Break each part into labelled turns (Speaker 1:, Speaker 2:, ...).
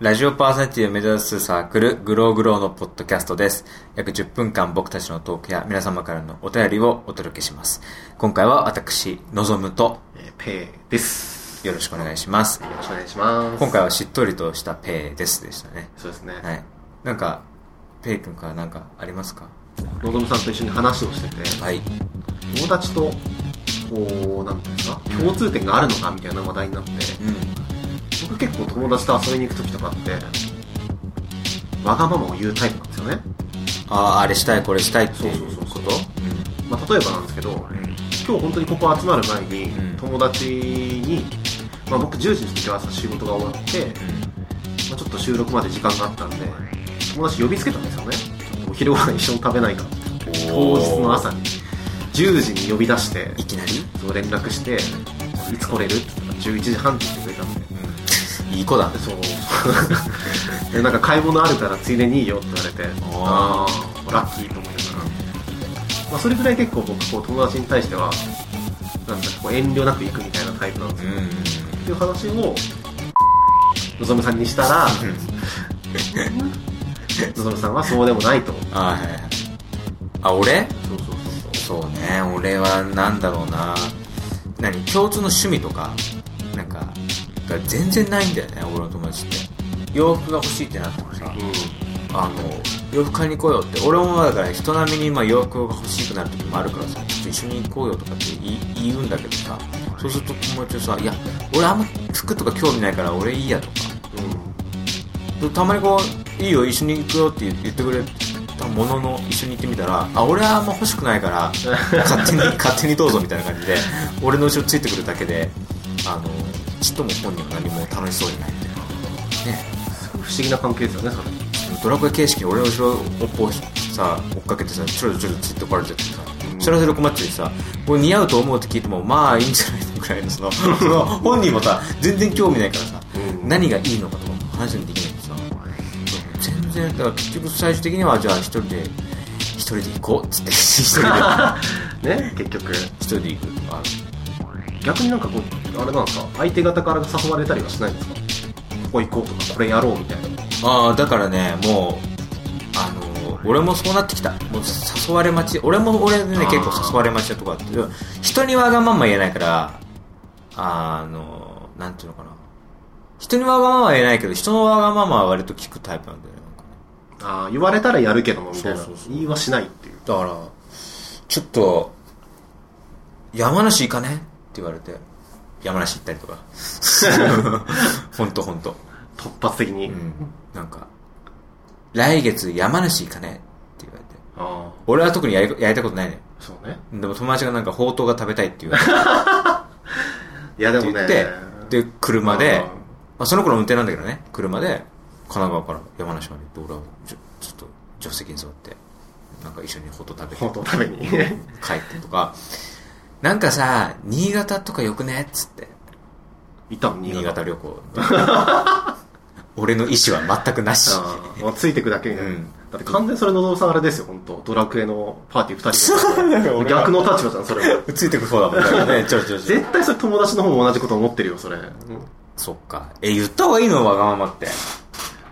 Speaker 1: ラジオパーソナリティを目指すサークル、グローグローのポッドキャストです。約10分間僕たちのトークや皆様からのお便りをお届けします。今回は私、のぞむと、
Speaker 2: えーペイです。
Speaker 1: よろしくお願いします。
Speaker 2: よろしくお願いします。
Speaker 1: 今回はしっとりとしたペイですでしたね。
Speaker 2: そうですね。
Speaker 1: はい。なんか、ペイ君からなんかありますか
Speaker 2: のぞみさんと一緒に話をしてて、
Speaker 1: はい。
Speaker 2: 友達と、こう、なんていうんですか、共通点があるのかみたいな話題になって、
Speaker 1: う
Speaker 2: 僕結構友達と遊びに行く時とかって、わがままを言うタイプなんですよね。
Speaker 1: ん。ああ、あれしたい、これしたいっていう
Speaker 2: そうそう
Speaker 1: こ
Speaker 2: そう
Speaker 1: と
Speaker 2: まあ、例えばなんですけど、今日本当にここ集まる前に、
Speaker 1: うん
Speaker 2: 友達に、まあ、僕10時の時は朝仕事が終わって、まあ、ちょっと収録まで時間があったんで友達呼びつけたんですよねちょっとお昼ご飯一緒に食べないか当日の朝に10時に呼び出して
Speaker 1: いきなり
Speaker 2: そう連絡していつ来れるって言ったら11時半って言ってくれたんで
Speaker 1: いい子だ
Speaker 2: で。そう でなんか買い物あるからついでにいいよって言われて
Speaker 1: あ
Speaker 2: ああラッキーと思いながら、まあ、それぐらい結構僕こう友達に対してはなんだこう遠慮なく行くみたいなタイプなんです
Speaker 1: う
Speaker 2: よ、
Speaker 1: ん。
Speaker 2: っていう話をのぞむさんにしたらのぞむさんはそうでもないと
Speaker 1: ああ、はいはい。あ、俺
Speaker 2: そうそうそうそ
Speaker 1: そうね俺はなんだろうな何共通の趣味とかなんかが全然ないんだよね俺の友達って洋服が欲しいってなってもさ
Speaker 2: う、うん、
Speaker 1: あの洋服買いに行こうよって俺もだから人並みにまあ洋服が欲しくなる時もあるからさちょっと一緒に行こうよとかって言い言うんだけどさそうすると友達はさ「いや俺あんま服とか興味ないから俺いいや」とかたまにこう「いいよ一緒に行くよ」って言言ってくれたものの一緒に行ってみたら「あ俺はあんま欲しくないから勝手に勝手にどうぞ」みたいな感じで俺の後ろついてくるだけであのちっとも本人は何も楽しそうにないみたいなね
Speaker 2: すごい不思議な関係ですよねそれ
Speaker 1: ドラクエ形式に俺の後ろをこうさ追っかけてさちょろちょろついてこられちゃってさそれはそれ困っちゃってさこれ似合うと思うって聞いてもまあいいんじゃないのくらいのそのその本人もさ全然興味ないからさ、
Speaker 2: うん
Speaker 1: 何がいいのかとかも話にできないとさ全然だから結局最終的にはじゃあ一人で一人で行こうっつって一人 で
Speaker 2: ね結局
Speaker 1: 一人で行くとか
Speaker 2: 逆になんかこうあれなんですか相手方から誘われたりはしないんですかここ行こうとかこれやろうみたいな
Speaker 1: ああだからねもうあのー俺もそうなってきたもう誘われ待ち俺も俺ね
Speaker 2: あー
Speaker 1: 結構誘われ待ちなとこあって人にわがまま言えないからあのーなんていうのかな人にわがままは言えないけど人のわがままは割と聞くタイプなんだよねなんかね
Speaker 2: ああ言われたらやるけどもみたいな
Speaker 1: そうそうそう
Speaker 2: 言いはしないっていう
Speaker 1: だからちょっと山梨行かねって言われて山梨行ったり とか本当本当
Speaker 2: 突発的に、
Speaker 1: うんなんか来月山梨行かねって言われて
Speaker 2: ああ
Speaker 1: 俺は特にやりやりたことないね
Speaker 2: そうね
Speaker 1: でも友達がなんかほうとうが食べたいって言われて
Speaker 2: いやでも
Speaker 1: 言
Speaker 2: ね
Speaker 1: って、で、車で、
Speaker 2: うん
Speaker 1: まあ、その頃の運転なんだけどね、車で、神奈川から山梨まで行って、俺はちょちょっと助手席に座って、なんか一緒にほうとう食べて
Speaker 2: 本、当のために
Speaker 1: 帰ってとか、なんかさ、新潟とかよくねっつって、
Speaker 2: いたの新潟
Speaker 1: 新潟旅行。 俺の意思は全くなし。
Speaker 2: あーまあついてくだけみたいな、
Speaker 1: うん
Speaker 2: だって完全にそれのぞむさんあれですよ本当ドラクエのパーティー2
Speaker 1: よ
Speaker 2: 人で
Speaker 1: 俺は
Speaker 2: 逆の立場じゃんそれは
Speaker 1: ついてく方だもんだからね、ちょろちょろちょろ。
Speaker 2: 絶対それ友達の方も同じこと思ってるよそれ、
Speaker 1: そっか。え、言った方がいいのわがままって。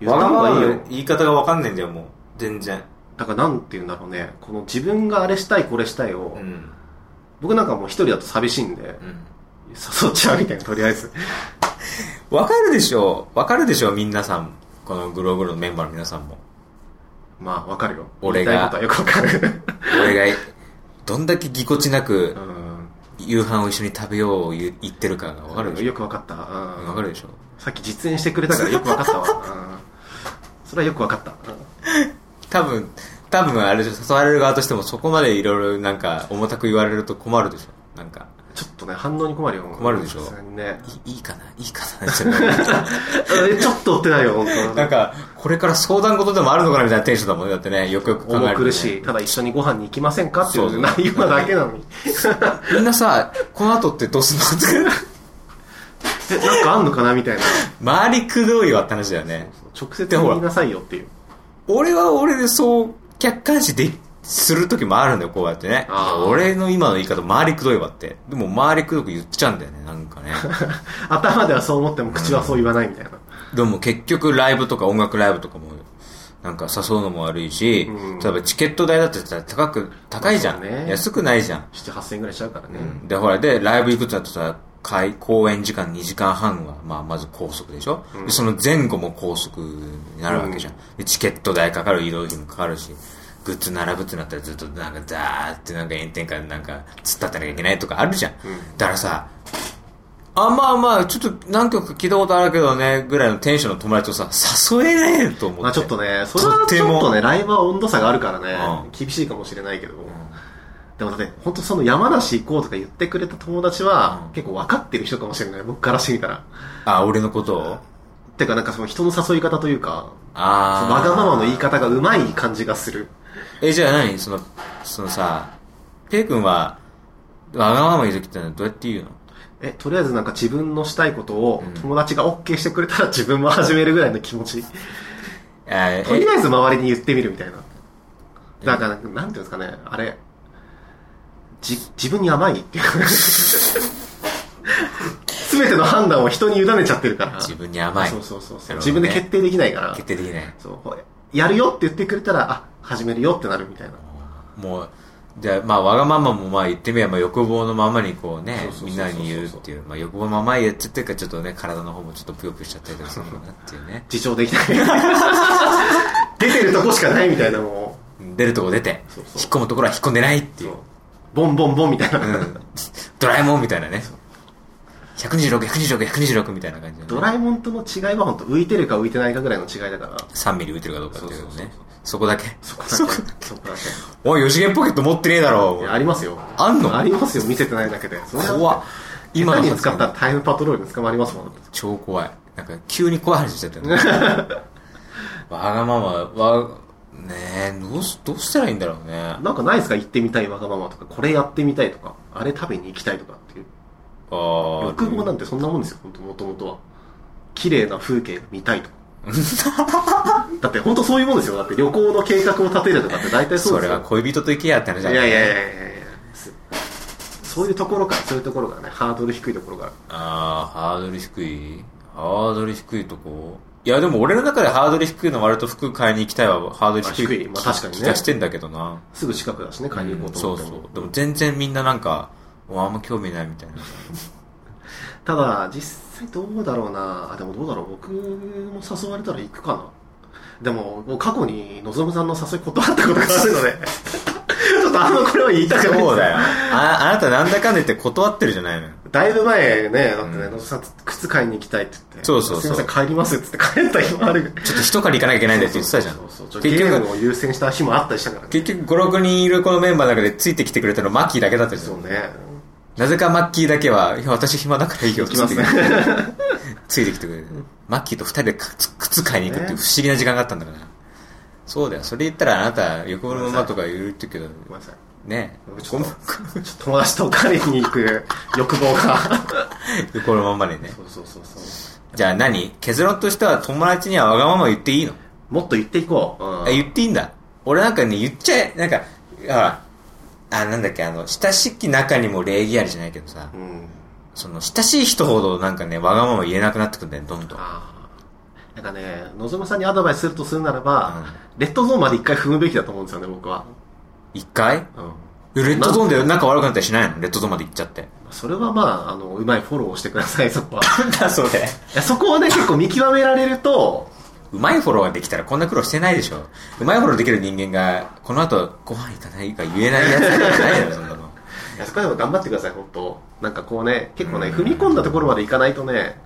Speaker 2: 言った方がいいよ
Speaker 1: 言い方がわかんねえんだよ、もう。全然。
Speaker 2: だからなんて言うんだろうねこの自分があれしたいこれしたいを、
Speaker 1: うん。
Speaker 2: 僕なんかもう一人だと寂しいんで、
Speaker 1: うん。
Speaker 2: 誘っちゃうみたいなとりあえず
Speaker 1: わかるでしょう。わかるでしょう、皆さん。このグローブロのメンバーの皆さんも。
Speaker 2: まあわかるよ
Speaker 1: 俺が
Speaker 2: 言いたいことはよくわか る
Speaker 1: 俺が、どんだけぎこちなく
Speaker 2: う、ん
Speaker 1: 夕飯を一緒に食べようを言言ってるかがわかるでし
Speaker 2: よ
Speaker 1: ょ
Speaker 2: くわかったうん
Speaker 1: う。わかるでしょう。
Speaker 2: さっき実演してくれたからよくわかったわ、うん、それはよくわかった、うん
Speaker 1: 多分、多分あれでしょ、誘われる側としてもそこまでいろいろなんか、重たく言われると困るでしょ。なんか、
Speaker 2: ちょっとね反応に困るよ
Speaker 1: 困るでしょ
Speaker 2: さすがにね
Speaker 1: いいいかないいかなじゃない
Speaker 2: えちょっと追ってないよ、本当
Speaker 1: なんか、これから相談事でもあるのかなみたいなテンションだもんね。だってね、よくよく考えると、ね。
Speaker 2: 重苦しい。ただ一緒にご飯に行きませんかってい
Speaker 1: そう
Speaker 2: う内容だけなの に。
Speaker 1: みんなさ、この後ってどうすんのって。
Speaker 2: え、なんかあんのかなみたいな。
Speaker 1: 周りくどいわって話だよね。
Speaker 2: 直接言いなさいよっ ていう。
Speaker 1: 俺は俺でそう客観視でする時もあるんだよこうやってね
Speaker 2: あー
Speaker 1: 俺の今の言い方周りくどいわってで も周りくどく言っちゃうんだよねなんかね
Speaker 2: 頭ではそう思っても口はそう言わないみたいな。
Speaker 1: でも結局ライブとか音楽ライブとかも、なんか誘うのも悪いし、
Speaker 2: うん
Speaker 1: 例えばチケット代だってさ高く、高いじゃん。
Speaker 2: まあそうね
Speaker 1: 安くないじゃん。
Speaker 2: 7、8000円ぐらいしちゃうからね。
Speaker 1: で、ほら、で、ライブ行くとなったら、開、公演時間2時間半は、まあ、まず高速でしょ、でその前後も高速になるわけじゃん。で、チケット代かかる、移動費もかかるし、グッズ並ぶってなったらずっとなんかザーってなんか炎天下でなんか突っ立たなきゃいけないとかあるじゃん。だからさ、あ、まあまあ、ちょっと何曲か聞いたことあるけどね、ぐらいのテンションの友達とさ、誘えねえと思って。
Speaker 2: まあちょっとね、それはちょっ
Speaker 1: とて
Speaker 2: と
Speaker 1: も
Speaker 2: ね、ライブは温度差があるからね、
Speaker 1: うん
Speaker 2: 厳しいかもしれないけど、でもだって、本当その山梨行こうとか言ってくれた友達は、
Speaker 1: うん
Speaker 2: 結構分かってる人かもしれない、僕からしてみたら。
Speaker 1: あ、俺のことを
Speaker 2: てかなんかその人の誘い方というか、そ
Speaker 1: あ
Speaker 2: の
Speaker 1: あ。
Speaker 2: わがままの言い方がうまい感じがする。
Speaker 1: え、じゃあ何その、そのさ、ペイ君は、わがまま言う時ってのはどうやって言うの
Speaker 2: え、とりあえずなんか自分のしたいことを
Speaker 1: うん
Speaker 2: 友達が OK してくれたら自分も始めるぐらいの気持ち。
Speaker 1: え
Speaker 2: とりあえず周りに言ってみるみたいな。だから、なんていうんですかね、あれ、じ、自分に甘いっていう。 すべての判断を人に委ねちゃってるから。
Speaker 1: 自分に甘い。
Speaker 2: そうそうそうそ
Speaker 1: な
Speaker 2: う、
Speaker 1: るほ
Speaker 2: 自
Speaker 1: どね
Speaker 2: 分で決定できないから。
Speaker 1: 決定できない。
Speaker 2: そう。やるよって言ってくれたら、あ、始めるよってなるみたいな。
Speaker 1: もう、じゃあ、まあ、わがままも、まあ、言ってみれば、欲望のままに、こうね
Speaker 2: そう、そうそうそうそう
Speaker 1: みんなに言うっていう、まあ、欲望のまま言っちゃってるから、ちょっとね、体の方もちょっとぷよぷよしちゃったりとかするのかなっていうね。
Speaker 2: 自重でき ない。出てるとこしかないみたいな、も
Speaker 1: 出るとこ出て
Speaker 2: そう、そう
Speaker 1: 引っ込むところは引っ込んでないっ
Speaker 2: う。
Speaker 1: てい
Speaker 2: そうう。。ボンボンボンみたいな。
Speaker 1: うん。ドラえもんみたいなね。126、126、126みたいな感じで、
Speaker 2: ド
Speaker 1: ね。
Speaker 2: ラえもんとの違いは本当浮いてるか浮いてないかぐらいの違いだから。
Speaker 1: 3ミリ浮いてるかどうかっていう
Speaker 2: そうそう
Speaker 1: ね。そこだけ。
Speaker 2: そこだけ。そこだけ。
Speaker 1: おい、四次元ポケット持ってねえだろ
Speaker 2: い。やありますよ。
Speaker 1: あんの
Speaker 2: ありますよ、見せてないだけで。それは
Speaker 1: 怖っ。
Speaker 2: 今
Speaker 1: 今の
Speaker 2: に使ったらタイムパトロールに捕まりますもん。
Speaker 1: 超怖い。なんか、急に怖い話しちゃったよね。 わがまま、わ、ねえ、どうし、どうしたらいいんだろうね。
Speaker 2: なんかないですか行ってみたいわがままとか、これやってみたいとか、あれ食べに行きたいとかっていう。
Speaker 1: ああ。
Speaker 2: 欲望なんてそんなもんですよ、本当もともとは。綺麗な風景が見たいと か。だって本当そういうもんですよ。だって旅行の計画を立てるとかって大体そ
Speaker 1: そう
Speaker 2: で
Speaker 1: れ
Speaker 2: す
Speaker 1: は
Speaker 2: よ。
Speaker 1: 恋人と行けやって話だ
Speaker 2: いやいや
Speaker 1: や。
Speaker 2: いやいやいやすそういうところから、そういうところからね、ハードル低いところから。
Speaker 1: ああ、ハードル低いハードル低いとこいや、でも俺の中でハードル低いの割と服買いに行きたいはハードル低い
Speaker 2: まあ低いまあ確かにね
Speaker 1: 気がしてんだけどな。
Speaker 2: すぐ近くだしね、買いに行こうと
Speaker 1: そう
Speaker 2: 思っても。
Speaker 1: そう。でも全然みんななんか、もうあんま興味ないみたいな。
Speaker 2: ただ、実際どうだろうな。あ、でもどうだろう。僕も誘われたら行くかな。でも、もう過去にのぞむさんの誘い断ったことがあるので、 ちょっとあの、これは言いたくないです
Speaker 1: そうだよ。あ、あなたなんだかんだ言って断ってるじゃないのよ。
Speaker 2: だいぶ前ね、だってね、
Speaker 1: うん
Speaker 2: のぞむさん、靴買いに行きたいって言って。
Speaker 1: そうそうそう
Speaker 2: すいません、帰りますって言って帰った日もある。
Speaker 1: ちょっと一狩り行かなきゃいけないんだよって言ってたじゃん
Speaker 2: そうそう。そう
Speaker 1: 結
Speaker 2: ゲーム
Speaker 1: 局、
Speaker 2: を優先した日もあったりしたからね。
Speaker 1: 結局5、6人いるこのメンバーの中でついてきてくれたのマッキーだけだったじゃ。
Speaker 2: そうんね。
Speaker 1: なぜかマッキーだけは、いや、私暇だからいいよ
Speaker 2: 行きますね
Speaker 1: ついてきてくれるついてきてくれる。マッキーと二人で靴靴買いに行くっていう
Speaker 2: ね
Speaker 1: 不思議な時間があったんだから。そうだよ。それ言ったらあなた、横のままとか言うてるけど、
Speaker 2: ごめんなさい。
Speaker 1: ね。
Speaker 2: ちょっと、ちょっと友達と借りに行く欲 望が。
Speaker 1: 横のままでね。
Speaker 2: そうそうそうそう。
Speaker 1: じゃあ何結論としては友達にはわがまま言っていいの
Speaker 2: もっと言っていこう。うん
Speaker 1: あ、言っていいんだ。俺なんかね、言っちゃえ、なんか、ほら、あ、なんだっけ、あの、親しき中にも礼儀ありじゃないけどさ、
Speaker 2: うん。
Speaker 1: その、親しい人ほどなんかね、わがまま言えなくなってくんだよね、どんどん。
Speaker 2: ああ。なんかね、のぞむさんにアドバイスするとするならば、レッドゾーンまで一回踏むべきだと思うんですよね、僕は。
Speaker 1: 一回
Speaker 2: うん。
Speaker 1: レッドゾーンで仲悪くなったりしないのレッドゾーンまで行っちゃって。
Speaker 2: それはまあ、あの、うまいフォローをしてください、そ こは。
Speaker 1: なんだそれ。
Speaker 2: いやそこをね、結構見極められると、
Speaker 1: うまいフォローができたらこんな苦労してないでしょ。うまいフォローできる人間が、この後ご飯行かないか言えないやつじゃないよ、そんなの。
Speaker 2: いやそこはでも頑張ってください、本当なんかこうね、結構ね、
Speaker 1: うん
Speaker 2: 踏み込んだところまでいかないとね、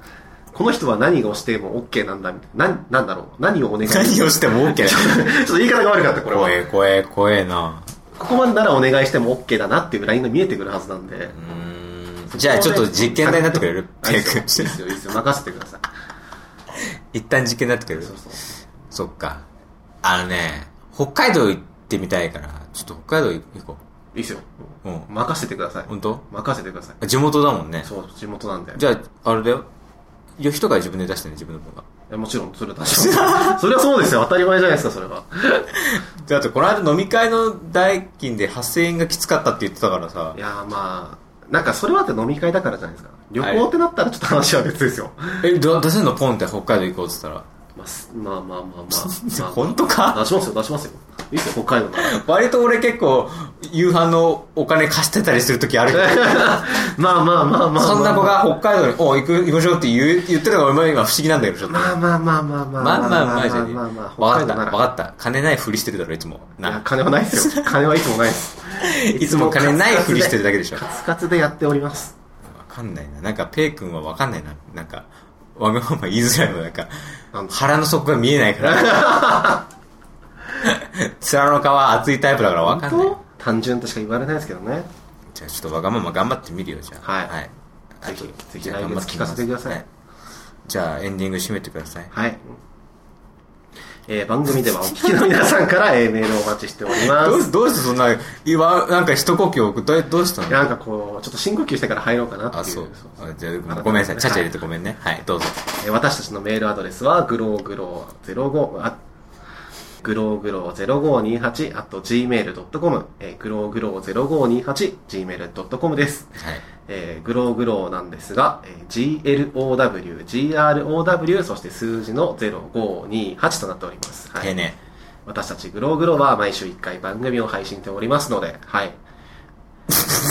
Speaker 2: この人は何をしても OK なんだ、みたいな。なん、なんだろう。何をお願い
Speaker 1: 何を
Speaker 2: し
Speaker 1: しても OK だよ。
Speaker 2: て ちょっと言い方が悪かった、これは
Speaker 1: 怖。え、怖え、怖えな。
Speaker 2: ここまでならお願いしても OK だなっていうラインが見えてくるはずなんで。
Speaker 1: うーんじゃあちょっと実験台になってくれる
Speaker 2: あいいっすよ、いいっ
Speaker 1: 君
Speaker 2: すよ、いいっすよ任せてください。
Speaker 1: 一旦実験になってくれる
Speaker 2: そうそう。
Speaker 1: そっか。あのね、北海道行ってみたいから、ちょっと北海道行こ
Speaker 2: いいっすよ。
Speaker 1: う。うん。
Speaker 2: 任せてください。
Speaker 1: ほんと
Speaker 2: 任せてください。
Speaker 1: 地元だもんね。
Speaker 2: そう、地元なんで。
Speaker 1: じゃあ、あれだよ。旅費とか自分で出してね、自分の分が。
Speaker 2: いやもちろん、それは確かに。それはそうですよ。当たり前じゃないですか、それは。
Speaker 1: で、あとこの間飲み会の代金で8000円がきつかったって言ってたからさ
Speaker 2: い、やーまあ、なんかそれはって飲み会だからじゃないですか旅行ってなったらちょっと話は別ですよ、
Speaker 1: えど出せんのポンって北海道行こうっつったら
Speaker 2: まあすまあまあまあまあ、まあ、
Speaker 1: 本当か
Speaker 2: 出しますよ出しますよいいっすよ北海道なら
Speaker 1: 割と俺結構夕飯のお金貸してたりする時あ るけど
Speaker 2: まあまあまあまあまあ
Speaker 1: そんな子が北海道に「おう行く行きましょう」って言う言ってるのが俺も今不思議なんだけどちょっと
Speaker 2: まあまあまあまあまあ
Speaker 1: まあまあまあじゃねえ
Speaker 2: まあまあ
Speaker 1: わかった
Speaker 2: まあ北海道な
Speaker 1: わ
Speaker 2: ら
Speaker 1: かった金ないふりしてるだろいつも
Speaker 2: いや
Speaker 1: な
Speaker 2: 金はないで すよ金はいつもないです
Speaker 1: いつも金ないふりしてるだけでしょ
Speaker 2: カツカツでやっております
Speaker 1: わかんないな。なんか、ペイ君はわかんないな。なんか、わがまま言いづらいの、なんか
Speaker 2: なん、だ
Speaker 1: 腹の底が見えないから。面の皮厚いタイプだからわかんない。
Speaker 2: 本当単純としか言われないですけどね
Speaker 1: じゃあ、ちょっとわがまま頑張ってみるよ、じゃあ。
Speaker 2: はい
Speaker 1: あ
Speaker 2: ぜひ
Speaker 1: と
Speaker 2: ぜひ
Speaker 1: じゃあ頑張ってみ
Speaker 2: 来月聞
Speaker 1: ま
Speaker 2: か
Speaker 1: す
Speaker 2: せてください
Speaker 1: はじゃあ、エンディング締めてください。
Speaker 2: はい。えー番組ではお聞きの皆さんから、えーメールをお待ちしておりま
Speaker 1: どう
Speaker 2: す。
Speaker 1: しどうしてそんな、いわなんか一呼吸置く、どうどうしたの
Speaker 2: なんかこう、ちょっと深呼吸してから入ろうかなっていう。
Speaker 1: あ、そう。
Speaker 2: そう
Speaker 1: あじゃあ、ごめんなさい。ちゃちゃ入れてごめんね。はい、どうぞ。
Speaker 2: えー私たちのメールアドレスは、グローグロー05、あ、グローグロー0528、あと gmail.com、えー、グローグロー0528、gmail.com です。
Speaker 1: はい。
Speaker 2: えーグローグローなんですが、えー GLOW、GROW、そして数字の0528となっております。はい
Speaker 1: 丁寧。
Speaker 2: 私たちグローグローは毎週1回番組を配信しておりますので、 はい。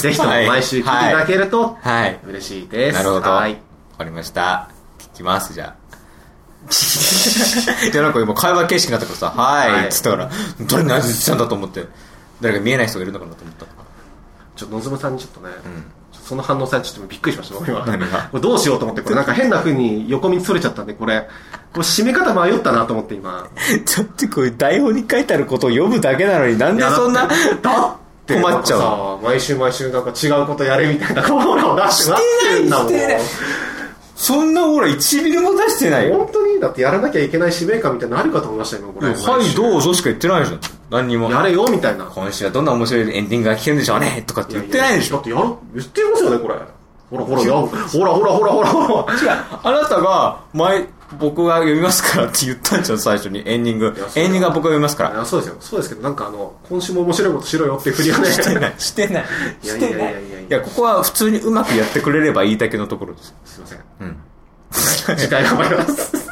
Speaker 2: ぜひとも毎週聞いていただけると
Speaker 1: はい。
Speaker 2: 嬉しいです。
Speaker 1: なるほど。
Speaker 2: は
Speaker 1: わ
Speaker 2: い。
Speaker 1: かりました。聞きます、じゃ あ。で、なんか今会話形式になったからさ、は
Speaker 2: はい
Speaker 1: い、っつったから、誰に何言ってたんだと思って、誰か見えない人がいるのかなと思 った。
Speaker 2: ちょっと、のずむさんにちょっとね、
Speaker 1: ん
Speaker 2: ちょっとその反応されてちょっとびっくりしました、僕 今。
Speaker 1: 何が
Speaker 2: これどうしようと思って、これなんか変な風に横道それちゃったんで、これ、これ締め方迷ったなと思って今。
Speaker 1: だってこれ台本に書いてあることを読むだけなのになんでそんな、
Speaker 2: だって
Speaker 1: 困っちゃう
Speaker 2: なんかさ毎週毎週なんか違うことやれみたいな コーラを出してなってんだもん。
Speaker 1: してないしそんなほら1ミリも出してないよ。
Speaker 2: 本当にだってやらなきゃいけない使命感みたいなのあるかと思いました、今これ。
Speaker 1: はい、どうぞしか言ってないじゃん。何にも。
Speaker 2: やれよみたいな。
Speaker 1: 今週はどんな面白いエンディングが聞けるんでしょうねとかって言ってないでしょ
Speaker 2: だってやろ、言ってますよね、これ。ほらほら、やほらほらほらほらほら。
Speaker 1: 違うあなたが前僕が読みますからって言ったんじゃん最初にエンディング
Speaker 2: いやそう
Speaker 1: エンディングは僕が読みますから
Speaker 2: あそうですよ。そうですけど、なんかあの、今週も面白いことしろよっていうふりはね。
Speaker 1: して ないしてない
Speaker 2: いや
Speaker 1: し
Speaker 2: いや
Speaker 1: て
Speaker 2: い
Speaker 1: な
Speaker 2: や
Speaker 1: い
Speaker 2: いやいや
Speaker 1: いやここは普通にうまくやってくれればいいだけのところ です
Speaker 2: すいません。
Speaker 1: うん
Speaker 2: 次回頑張ります。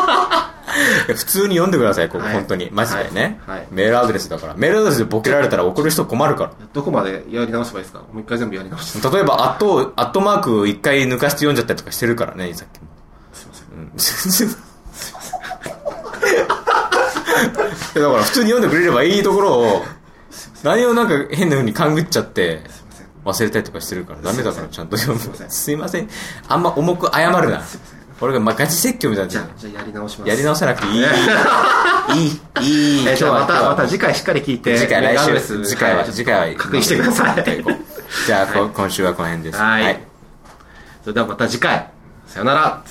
Speaker 1: いや普通に読んでくださいここ
Speaker 2: はい
Speaker 1: 本当にマジでね
Speaker 2: はいはい
Speaker 1: メールアドレスだからメールアドレスでボケられたら怒る人困るから
Speaker 2: どこまでやり直せばいいですかもう一回全部やり直して。
Speaker 1: 例えば、アット、アットマーク一回抜かして読んじゃったりとかしてるからね、さっきも。
Speaker 2: す
Speaker 1: うん。 す
Speaker 2: いません。
Speaker 1: いません。だから普通に読んでくれればいいところを、何をなんか変な風に勘ぐっちゃって、
Speaker 2: すいませ
Speaker 1: 忘
Speaker 2: ん。
Speaker 1: れたりとかしてるからダメだからちゃんと読
Speaker 2: すいませ
Speaker 1: む。
Speaker 2: ん
Speaker 1: すいません。あんま重く謝るな。俺がまガチ説教みたい
Speaker 2: じゃ
Speaker 1: な
Speaker 2: あ、。じゃあやり直します。
Speaker 1: やり直さなくていい。いい、いい。
Speaker 2: えーじゃあまた、また
Speaker 1: 次
Speaker 2: 次回しっかり聞いて。
Speaker 1: 回、
Speaker 2: メールアドレ
Speaker 1: 来週、
Speaker 2: ス
Speaker 1: 次回は、
Speaker 2: い
Speaker 1: 次回は。
Speaker 2: 確認してくださ
Speaker 1: 行
Speaker 2: い。
Speaker 1: こうじゃあ、こ今週はこの辺です。
Speaker 2: はい。それではまた次回。さよなら。